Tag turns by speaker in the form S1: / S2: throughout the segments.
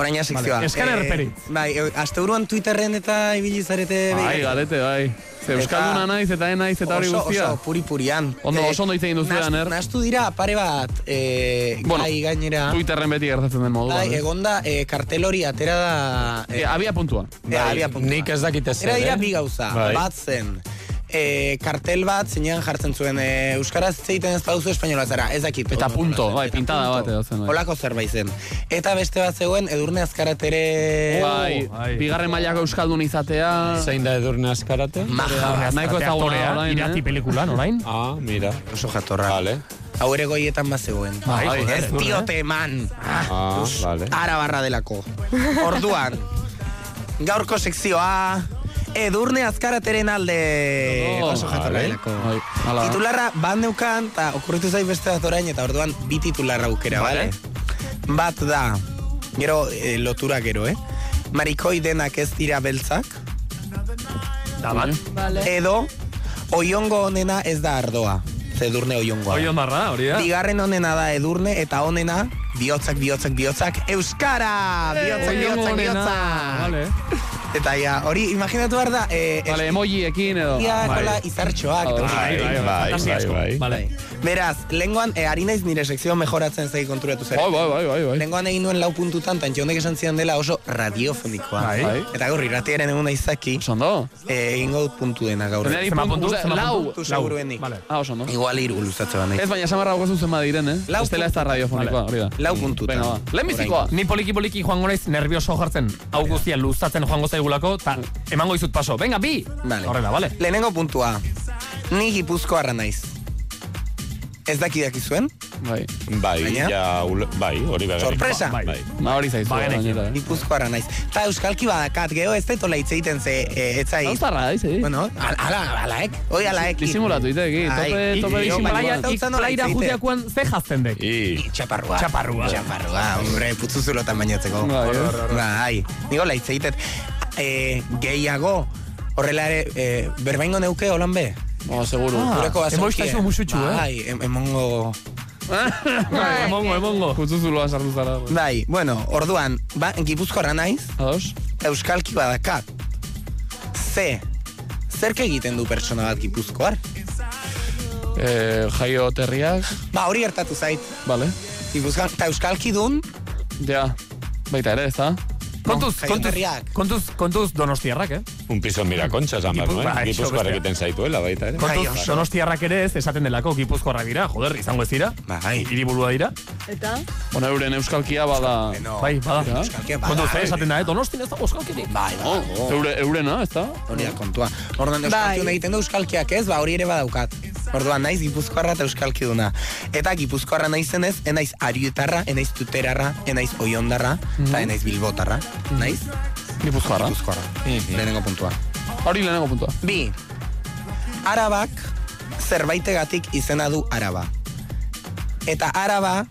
S1: arraina sekzioa.
S2: Eskaner
S1: Eh,
S2: Peritz.
S1: Bai, e, asteburuan Twitterren eta ibili zarete
S3: Bai,
S1: begira.
S3: galete, bai. Ze Euskalduna naiz eta ez naiz eta hori
S1: Oso-
S3: guztia.
S1: Oso, puri-purian.
S3: Ondo,
S1: Eh,
S3: oso ondo hitz egin duzu,
S1: nas-
S3: Aner.
S1: Nastu dira pare bat, eh,
S3: Bueno,
S1: gai gainera.
S3: Twitterren beti gertatzen den moduan.
S1: Bai,
S3: ez?
S1: egon da, eh, kartel hori atera da...
S3: Eh,
S1: Eh,
S3: abia puntua.
S1: eh, abia puntua.
S4: Nik ez dakit ez.
S1: Era dira
S3: eh.
S1: bi gauza,
S4: Bai.
S1: bat zen, e, kartel bat zeinean jartzen zuen e, Euskaraz hitz egiten ez baduzu espainola zara, ez dakit.
S3: Eta punto, bai,
S1: Eta
S3: pintada
S1: punto.
S3: bat edo zen, bai.
S1: Olako zerbait zen. Eta beste bat zegoen, edurne azkaratere...
S3: Bai,
S4: bai.
S3: bigarren mailako Euskaldun izatea.
S4: Zein da edurne askarate?
S1: Maja,
S3: Nahiko
S2: Eta
S3: ezaguna
S2: aktorea,
S3: orain,
S2: Irati
S3: eh?
S2: pelikulan, orain.
S4: Ah, mira.
S1: oso jatorra.
S4: Vale.
S1: Hau ere goietan bat zegoen.
S2: Bai,
S1: Ez
S2: joder,
S1: diote eman,
S4: Ah, vale.
S1: arabarra delako. Orduan, gaurko sekzioa, edurne azkarateren alde
S3: Oh,
S1: oso jatorra
S4: vale.
S1: delako.
S3: Bai, hala da.
S1: Titularra ban neukan, eta okurritu zait beste bat orain, eta orduan bi titularra aukera, bale? Bat da, gero eh, lotura gero, eh? Marikoi denak ez dira beltzak,
S2: Da bat.
S3: Eh,
S1: edo oiongo onena ez da ardoa. Zedurne oiongoa.
S2: Oion barra, hori da.
S1: Bigarren onena da edurne eta onena bihotzak, bihotzak, bihotzak, euskara! Bihotzak, bihotzak, bihotzak!
S2: Vale.
S1: Eta ja, hori, imaginatu behar da, e,
S3: Vale, Ah, emojiekin edo.
S1: eskia,
S2: bai.
S1: kola, izartxoak.
S3: Ados.
S1: eta-
S4: Bai, bai, bai, bai.
S2: Vale.
S1: Beraz, lenguan, e, ari naiz nire sekzio mejoratzen zei konturatu zer.
S3: Bai, bai, bai, bai, bai.
S1: Lenguan egin nuen lau puntutan, tantxe honek esan zidan dela oso radiofonikoa.
S3: Bai.
S1: Eta gaur, irratiaren egun naizaki,
S3: Oso ondo.
S1: e, egingo dut puntu dena gaur.
S3: Teneri
S2: Zenbat
S3: puntu,
S2: puntu,
S3: uste-
S2: zenbat
S3: lau.
S1: Puntu seguruenik.
S2: Vale.
S3: Ah, oso ondo.
S1: Igual hiru luzatze bat naiz.
S3: Ez baina esamarra gozu zen badiren, eh?
S1: Lau
S3: Estela ez da
S1: puntu.
S3: radiofonikoa, hori da.
S1: Lau puntutan.
S3: Venga, ba. Lehenbizikoa.
S2: Ni poliki poliki joango naiz nervioso jartzen. Hau guztia luzatzen joango zaigulako ta emango dizut paso. Venga, bi.
S1: Vale.
S2: Horrela, vale.
S1: Lehenengo puntua. Ni gipuzkoarra naiz. Ez daki eh? dakizuen?
S3: Bai.
S4: Bai,
S1: Baina?
S4: ja, ule- bai, hori bai.
S1: Sorpresa.
S4: Bai.
S3: Ma hori zaizu.
S2: Bagenekin.
S3: gainera,
S1: Bai.
S3: eh.
S1: Gipuzkoarra naiz. Ta euskalki badakat, geho ez detola hitz egiten ze e, etzai.
S3: Gauztarra, daiz, eh?
S1: Bueno, bai. al- ala, alaek. Oi, alaek.
S3: Disimulatu, iteki.
S1: Ai,
S3: Tope,
S1: i-
S3: tope
S1: i-
S3: disimulatuan.
S1: playa-
S2: Ik plaira juteakoan ze jazten dek.
S4: I,
S1: Txaparrua.
S2: Txaparrua.
S1: Txaparrua, hombre, putzu zulotan bainatzeko.
S3: Bai, eh?
S1: Hor, hor, hor. Bai, nikola hitz egiten. E, gehiago, horrela ere, e, berbaingo neuke, holan be?
S3: Oh, seguru.
S1: Gureko bazeukien.
S2: emoiztasun musutxu, eh?
S1: Bai, em- emongo...
S2: Bai, Emongo, emongo.
S3: Kutzuzuloan sartu zara.
S1: Bai, bueno, orduan, ba, gipuzkoarra naiz,
S3: Ados?
S1: euskalki badakat. Ze, zerk egiten du pertsona bat gipuzkoar?
S3: Eh, jaio terriak.
S1: Ba, hori gertatu zait.
S3: Vale.
S1: Gipuzkoan, eta euskalki dun,
S3: Ja. Baita ere, ez da?
S2: Kontuz,
S1: jaio
S2: kontuz,
S1: berriak.
S2: kontuz, kontuz donostiarrak, eh?
S4: un piso en Miracontxa, esan behar
S2: Gipuz-
S4: nuen.
S2: bai,
S4: Gipuzkoarek
S2: bestea.
S4: egiten zaituela baita, ere.
S1: Jaio.
S2: Kontuz donostiarrak ere ez esaten delako gipuzkoarra dira, joder, izango ez dira.
S1: Bai.
S2: Hiriburua dira.
S5: Eta?
S3: Ona euren euskalkia bada...
S1: Bueno,
S2: Bai, bada.
S1: euskalkia Oh. bada.
S2: Kontuz, eh, esaten da, eh? Donostin ez dago euskalkirik.
S1: Bai,
S3: Oh,
S1: badago.
S3: eure, eurena, ez da?
S1: Hori da kontua. Orduan euskalki
S5: Bai.
S1: egiten du euskalkiak ez, ba hori ere badaukat. Orduan naiz gipuzkoarra eta euskalki duna. Eta gipuzkoarra naizenez, enaiz ariutarra, enaiz tuterarra, enaiz oiondarra,
S3: Mhm.
S1: eta enaiz bilbotarra. Naiz?
S3: Gipuzkoarra.
S1: Gipuzkoarra. Lehenengo puntua.
S3: Hori lehenengo puntua.
S1: Bi, arabak zerbaitegatik izena du araba. Eta araba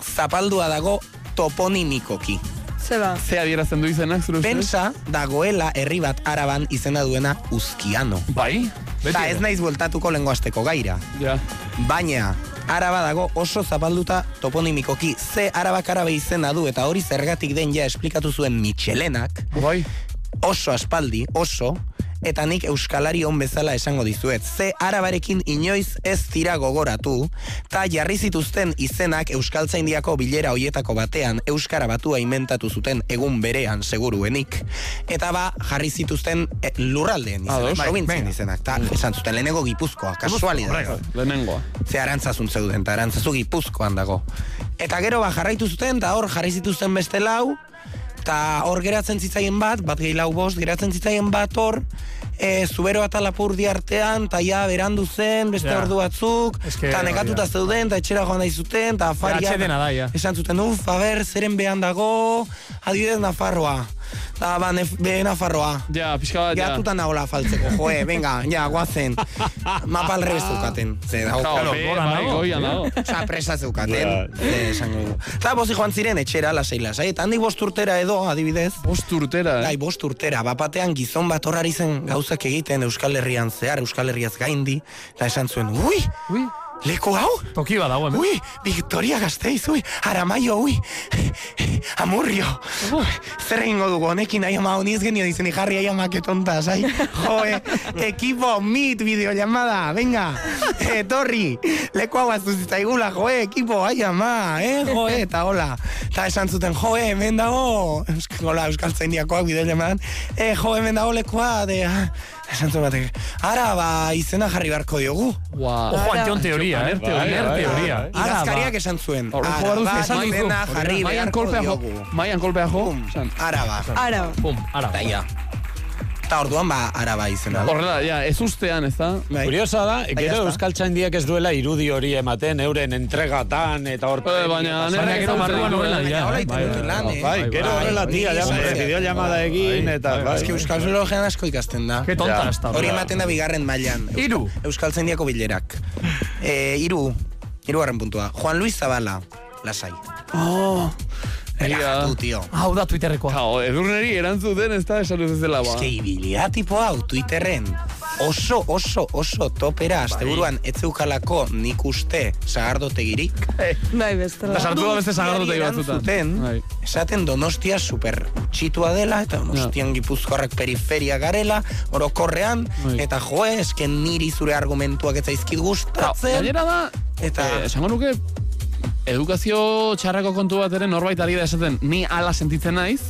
S1: zapaldua dago toponimikoki.
S5: Zeba.
S3: Ze adierazten du izenak zure ustez?
S1: Pensa dagoela herri bat araban izena duena uzkiano.
S3: Bai?
S1: Eta Ba, ez naiz bueltatuko lengoasteko gaira.
S3: Ja.
S1: Baina, araba dago oso zabalduta toponimikoki. Ze arabak arabe izena du eta hori zergatik den ja esplikatu zuen Michelenak.
S3: Bai.
S1: oso aspaldi, oso, eta nik euskalari on bezala esango dizuet. Ze arabarekin inoiz ez dira gogoratu, ta jarri zituzten izenak euskaltzaindiako bilera hoietako batean euskara batua inventatu zuten egun berean seguruenik. Eta ba, jarri zituzten e, lurraldeen
S3: Ados.
S1: izenak, provintzien izenak. Ta, esan zuten lehenengo gipuzkoa, kasualidad.
S3: Lehenengoa.
S1: Ze arantzazun zeuden, eta arantzazu gipuzkoan dago. Eta gero ba jarraitu zuten, eta hor jarri zituzten beste lau, eta hor geratzen zitzaien bat, bat gehi lau bost, geratzen zitzaien bat hor, e, zubero eta lapurdi artean, eta ja berandu zen, beste
S2: Ja.
S1: ordu batzuk,
S2: Eske,
S1: eta nekatuta
S2: hori da.
S1: zeuden, eta etxera joan nahi zuten, eta afaria...
S2: atxedena da, ja.
S1: Esan zuten, uf, a ber, zeren behan dago, adibidez Nafarroa. Da, ba, nef, be Nafarroa.
S3: Ja, pixka bat, ja.
S1: Geratuta nahola faltzeko, joe, venga, ja, guazen. Mapa alrebez zeukaten. Ze, dago,
S3: Claro,
S2: Claro,
S3: be,
S2: goran
S3: bai,
S2: dago.
S3: goian dago.
S1: Osa, presa
S4: Ja.
S1: zeukaten. Eh, esango dugu. Eta bozi joan ziren etxera, lasai, lasai. Eta handik bost urtera edo, adibidez.
S3: Bost urtera,
S1: Gai,
S3: eh?
S1: bost urtera, bapatean gizon bat horrari zen gauzak egiten Euskal Herrian zehar, Euskal Herriaz gaindi. Eta esan zuen, ui,
S3: Ui.
S1: Leku hau?
S2: Toki eh. bat dago, hemen.
S1: Ui, Victoria Gasteiz, ui, Aramaio, ui, Amurrio. Zer egingo dugu, honekin ahi ama honi ez genio dizen jarri ahi ama ketontas, ai. Jo, eh, ekipo, mit, videollamada, venga, etorri, leku hau aztu zitzaigula, jo, eh, ekipo, ahi ama, eh, jo, eh, eta hola. Eta esan zuten, jo, eh, hemen dago, Eusk- hola, Euskal Zaindiakoak bideollamadan, eh, jo, hemen dago lekua, de, ah, esan zuen batek, ara, ba, izena jarri beharko diogu.
S3: Wow.
S2: Ojo, antion teoria, eh?
S3: Ner teoria,
S2: Ner teoria.
S4: bai,
S2: Ara, ba.
S1: Idazkariak esan zuen.
S3: Hor- jo,
S1: Araba,
S3: baduz, esan dizu.
S1: izena jarri
S3: Maian
S1: beharko
S3: kolpea jo.
S1: diogu.
S3: Maian kolpea jo.
S1: Pum,
S3: San.
S1: Araba.
S5: Ara,
S2: Pum, ara.
S1: Eta ja. Eta orduan ba, araba izena.
S3: Horrela, ja, ez ustean, ez da?
S1: Bai.
S4: Kuriosa da,
S1: está.
S4: gero Euskal Txandiak ez duela irudi hori ematen, euren entregatan eta hor...
S3: Eh, baina,
S2: Baina
S3: nera
S2: gero barruan horrela dira.
S1: Baina hola
S2: eh?
S1: iten
S2: Bai,
S1: dute
S2: bai,
S1: lan,
S2: bai,
S1: eh?
S4: Bai,
S2: bai,
S4: gero
S2: bai.
S4: horrela
S1: bai,
S4: tira,
S1: bai,
S4: ja,
S1: bai,
S4: hombre,
S1: bai,
S4: bideollamada egin, eta...
S2: bai,
S4: bai,
S1: Eski
S4: bai.
S1: Euskal Filologian asko ikasten da.
S2: Ke ba. tonta ez da.
S1: Hori ematen da bigarren mailan.
S2: Hiru.
S1: Euskal Zendiako bilerak. E, iru, irugarren puntua. Juan Luis Zabala, lasai.
S3: Oh,
S1: Relajatu, tio.
S2: Hau da Twitterrekoa.
S3: Kao, edurneri erantzuten ez da esan ez dela ba.
S1: Eske ibilia tipo hau Twitterren oso, oso, oso topera asteburuan ez zeukalako nik uste sagardotegirik.
S5: bai bestela.
S3: Da sartu da beste sagardotegi batzutan.
S1: Erantzuten,
S3: Bai.
S1: esaten donostia super txitua dela, eta donostian gipuzkoarrak periferia garela, orokorrean,
S3: Bai.
S1: eta joe, esken niri zure argumentuak ez zaizkit
S3: Kao,
S1: gustatzen.
S3: Gainera da,
S1: Eta,
S3: eh, esango nuke, edukazio txarrako kontu bat ere norbait ari da esaten, ni ala sentitzen naiz,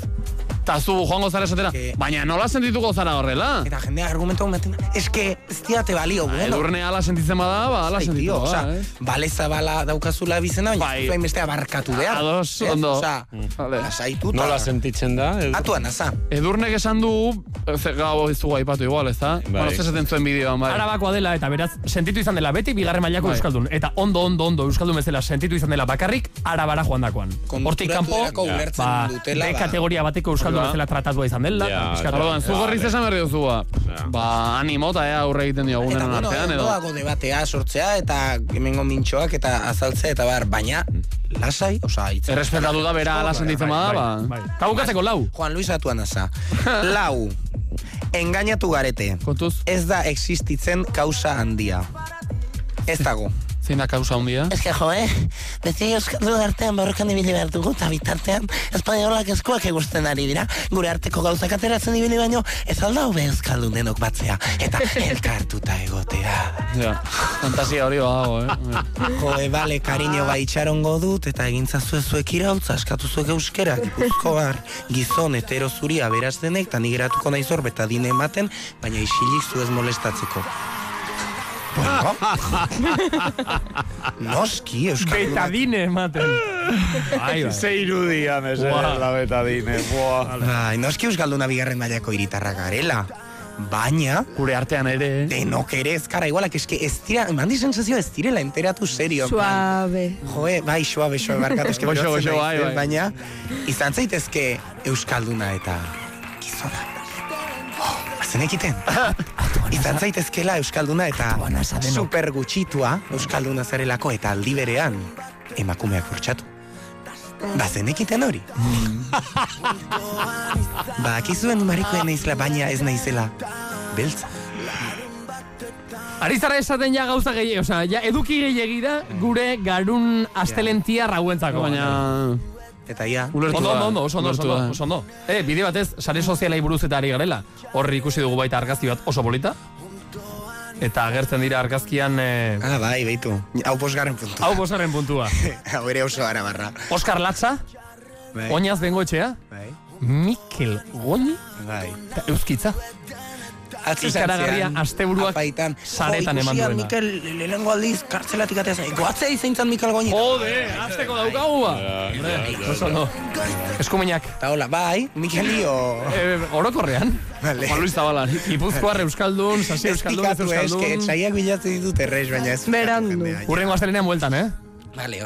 S3: eta zu joango zara esatera,
S1: Ke-
S3: baina nola sentituko zara horrela?
S1: eta jendea argumentu meten, eske ez diate balio, bueno.
S3: Edurne ala sentitzen bada, ba, ala
S1: Ai,
S3: sentituko
S1: tio,
S3: Ah, da,
S1: osea,
S3: eh?
S1: bale zabala daukazula bizena, baina
S3: Bai. Ah,
S1: ez zuen bestea barkatu behar.
S3: Ados,
S1: Ez,
S3: ondo. Mm,
S1: osea,
S3: Vale.
S1: lasaituta.
S4: Nola sentitzen da? edo-
S1: Atuan, aza.
S3: Edurnek esan du, eh, ze gau ez dugu aipatu igual, ez da?
S4: Bai.
S3: Bueno, ez esaten zuen bideoan, bai.
S1: ba-
S2: Arabakoa dela eta beraz sentitu izan dela beti bigarren mailako
S3: Bai.
S2: euskaldun eta ondo ondo ondo euskaldun bezala sentitu izan dela bakarrik arabara joandakoan. Hortik kanpo
S1: Konturatu delako ulertzen
S2: ba,
S1: dutela,
S2: B
S1: ba.
S2: kategoria bateko euskaldun
S3: Hori da.
S2: bezala tratatua izan dela.
S4: Ja,
S2: eta pixkat-
S4: Orduan,
S3: Orduan, zu gorriz
S4: Vale.
S3: esan berri duzua.
S4: Ja.
S3: Ba, animo eta ea aurre egiten
S1: Eta
S3: diogunen
S1: bueno, eh,
S3: artean,
S1: ondo
S3: edo.
S1: dago debatea sortzea eta hemengo mintxoak eta azaltzea eta bar, baina
S3: Mm.
S1: lasai, osea, hitz.
S3: Errespetatu da bera ala sentitzen bada, ba.
S2: Bai, bai. Eta bukatzeko lau.
S1: Juan Luis Atuan aza. Lau. Engainatu garete.
S3: Kontuz,
S1: Ez da existitzen kausa handia. Ez dago.
S3: zein da kausa hundia?
S6: Ez que jo, eh? Beti Euskaldun artean borrokan ibili behar dugu, eta bitartean espainolak eskuak egusten ari dira. Gure arteko gauzak ateratzen ibili baino, ez alda hobe Euskaldun denok batzea, eta elkartuta egotea.
S3: Ja, fantasia hori badago, eh?
S1: Joe, bale, kariño bai itxarongo dut, eta egintza zue zuek irautza, askatu zuek euskera, gipuzko bar, gizon, etero zuria, beraz denek, eta nigeratuko nahi zor, beta dine ematen, baina isilik zuez molestatzeko. Bueno, noski, euskaldun
S2: Betadine ematen. Bai, bai.
S4: Ze irudia, mesedez,
S2: Buah.
S4: la betadine, buah.
S1: Bai, noski euskalduna bigarren mailako hiritarra garela. Baina,
S3: Gure artean ere, eh?
S1: denok ere ezkara igualak, eske ez dira, mandi sensazioa ez direla enteratu serio. en plan,
S5: Suave.
S1: Joe, bai, xoa, bexoa, barkatu, eske
S3: Goxo,
S1: berotzen
S3: goxo, bai,
S1: naiz,
S3: bai.
S1: Baina, izan zaitezke Euskalduna eta gizona. Oh, Azen ekiten. Izan zaitezkela Euskalduna eta super gutxitua Euskalduna zarelako eta aldi berean emakumeak bortxatu. Bazen ekiten hori. Bakizuen marikoen naizela, baina ez naizela. Beltza.
S2: Ari zara esaten ja gauza gehi, osea, ja eduki gehiegi da gure garun astelentia rauentzako.
S3: Baina,
S1: Eta ia,
S3: ulertu
S2: Ondo,
S3: da.
S2: ondo, ondo, oso ondo, oso
S3: ulertu da.
S2: ondo, oso ondo. Eh, bide batez, sare sozialei buruz eta ari garela. Horri ikusi dugu baita argazki bat oso polita. Eta agertzen dira argazkian... Eh,
S1: ah, bai, beitu. Hau posgarren puntu.
S2: hau bosaren puntua.
S1: Hau ere oso arabarra.
S2: Oskar Latza,
S1: Bai,
S2: Oñaz Bengoetxea,
S1: bai,
S2: Mikel Goni
S1: bai.
S2: eta Euskitza.
S1: Atzo izan
S2: Ikaragarria
S1: zian,
S2: asteburuak
S1: apaitan.
S2: saretan
S1: Jo,
S2: eman
S1: ikusi da
S2: duena.
S1: Mikel lehenengo aldiz kartzelatik atea zen. Goatzea izan zan Mikel Goñi.
S2: Jode, azteko daukagu ba. Hombre, Oso ondo. Eskuminak.
S1: Eta hola, bai, Mikelio.
S2: Eh, orokorrean.
S1: Vale.
S3: Juan Luis Zabala.
S2: Gipuzkoar Euskaldun, Sasi Euskaldun, Ez
S1: eske
S2: Euskaldun.
S1: eh, etxaiak bilatzen ditut errez, baina ez.
S5: Berandu.
S1: pikatu jendea.
S2: Urrengo astelenean bueltan, eh?
S1: Vale,